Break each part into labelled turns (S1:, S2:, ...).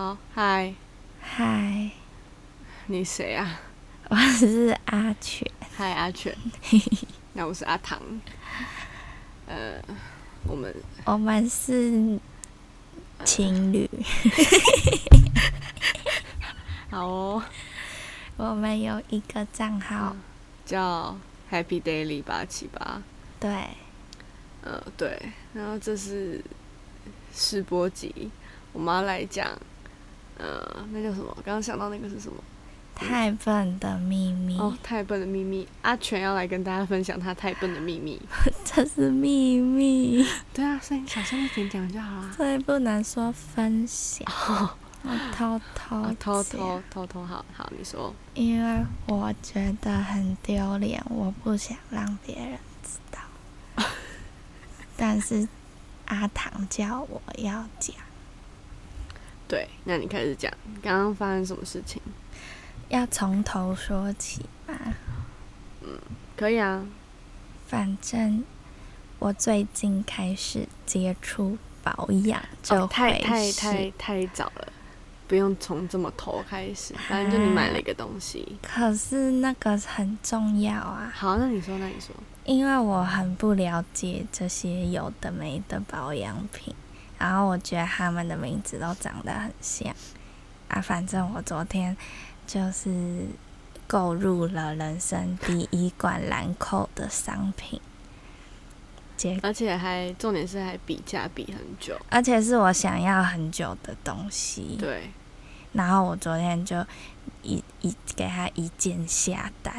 S1: 哦嗨，
S2: 嗨，
S1: 你谁啊？
S2: 我是阿全。
S1: 嗨，阿全。 那我是阿唐。呃，我们
S2: 我们是情侣，
S1: 好哦，
S2: 我们有一个账号，
S1: 嗯叫 Happy Daily 八七八。
S2: 对，
S1: 呃，对，然后这是试播集，我们要来讲，呃，那叫什么？刚刚想到那个是什么？
S2: 太笨的秘密，
S1: 哦，太笨的秘密。阿全要来跟大家分享他太笨的秘密。
S2: 这是秘密，
S1: 对啊，声音小声一点讲就好啊啦。
S2: 所以不能说分享，我偷偷
S1: 啊
S2: 讲、
S1: 哦偷偷偷偷，好好，你说。
S2: 因为我觉得很丢脸，我不想让别人知 道。但是阿唐叫我要讲，
S1: 对，那你开始讲，刚刚发生什么事情？
S2: 要从头说起嘛。
S1: 可以啊，
S2: 反正我最近开始接触保养这
S1: 哦太
S2: 回
S1: 太
S2: 事，
S1: 太太早了，不用从这么头开始。
S2: 啊
S1: 反正就你买了一个东西。
S2: 可是那个很重要啊，
S1: 好，那你说，那你说，
S2: 因为我很不了解这些有的没的保养品，然后我觉得他们的名字都长得很像啊。反正我昨天就是购入了人生第一罐兰蔻的商品，结
S1: 而且还重点是还比价比很久。
S2: 而且是我想要很久的东西。
S1: 对，
S2: 然后我昨天就一一给他一键下单，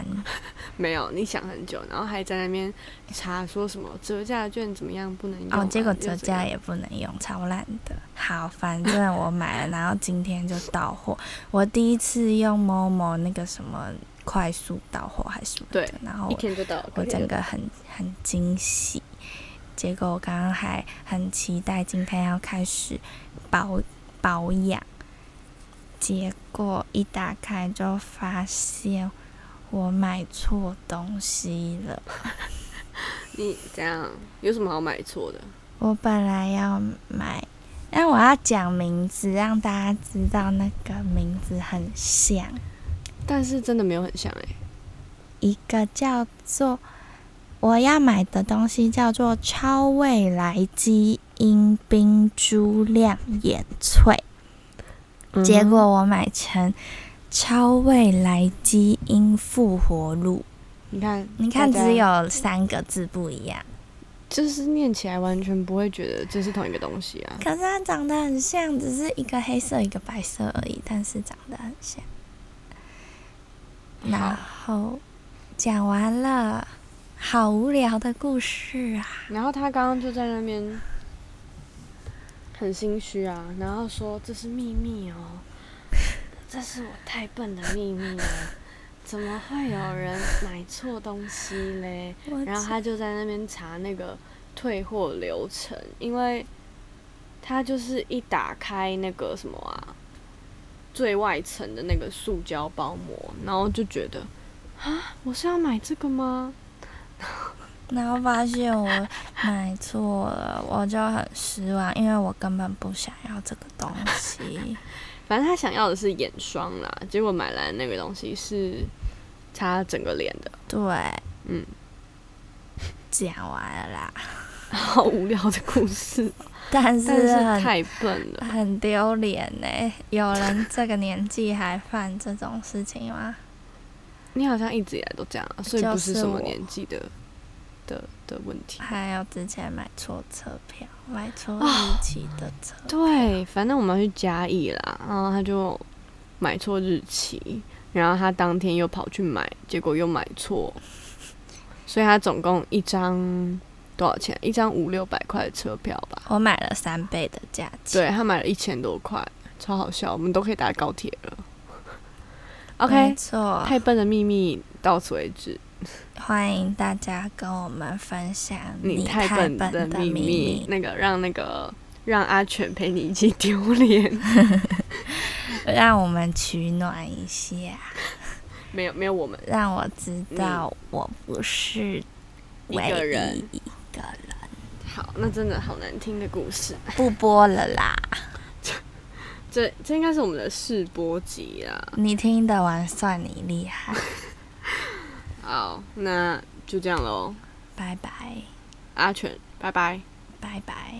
S1: 没有，你想很久，然后还在那边查说什么折价券怎么样不能用、啊。
S2: 哦，结果
S1: 又
S2: 折
S1: 怎样
S2: 价也不能用，超烂的。好，反正我买了，然后今天就到货。我第一次用某某那个什么快速到货还是什么的
S1: 对，
S2: 然后
S1: 一
S2: 我
S1: 天就到了。
S2: 我
S1: 隔天
S2: 整
S1: 就
S2: 个很很惊喜。结果我刚刚还很期待今天要开始保保养，结果一打开就发现我买错东西了。
S1: 你怎样？有什么好买错的？
S2: 我本来要买，但我要讲名字，让大家知道那个名字很像，
S1: 但是真的没有很像哎、
S2: 一个叫做我要买的东西叫做超未来基因冰珠亮眼萃，嗯结果我买成超未来基因复活露。
S1: 你看，
S2: 你看，
S1: 大家
S2: 只有三个字不一样，
S1: 就是念起来完全不会觉得这是同一个东西啊。
S2: 可是它长得很像，只是一个黑色一个白色而已，但是长得很像。然后讲完了，好无聊的故事啊！
S1: 然后他刚刚就在那边很心虚啊，然后说这是秘密哦， 这是我太笨的秘密哦，怎么会有人买错东西嘞？
S2: 我
S1: 然后他就在那边查那个退货流程，因为他就是一打开那个什么啊，最外层的那个塑胶包膜，然后就觉得啊，我是要买这个吗？
S2: 然后发现我买错了，我就很失望，因为我根本不想要这个东西。
S1: 反正他想要的是眼霜啦，结果买来的那个东西是擦整个脸的，
S2: 对，
S1: 嗯，
S2: 讲完了啦，
S1: 好无聊的故事，
S2: 但是啊
S1: 但是
S2: 很
S1: 太笨了。
S2: 很丢脸呢。有人这个年纪还犯这种事情吗？
S1: 你好像一直以来都这样啊，所以
S2: 就
S1: 不是
S2: 是
S1: 什么
S2: 我
S1: 年纪的的的问题。
S2: 还有之前买错车票，买错日期的车。
S1: 对，反正我们要去嘉义啦，然后他就买错日期，然后他当天又跑去买，结果又买错，所以他总共一张多少钱？一张五六百块的车票吧。
S2: 我买了三倍的价钱。
S1: 对他买了一千多块，超好笑，我们都可以搭高铁了。
S2: 没
S1: OK，
S2: 错。
S1: 太笨的秘密到此为止。
S2: 欢迎大家跟我们分享
S1: 你
S2: 太
S1: 太笨
S2: 的
S1: 的秘
S2: 密。
S1: 密，那个让那个让阿全陪你一起丢脸。
S2: 让我们取暖一下，
S1: 没有没有我们
S2: 让我知道我不是
S1: 嗯一
S2: 唯
S1: 个人
S2: 一一个人。
S1: 好，那真的好难听的故事。
S2: 不播了啦，
S1: 这这应该是我们的试播集啦。
S2: 你听得完算你厉害，
S1: 好，那就这样喽，
S2: 拜拜，
S1: 阿全，拜拜。
S2: 拜拜。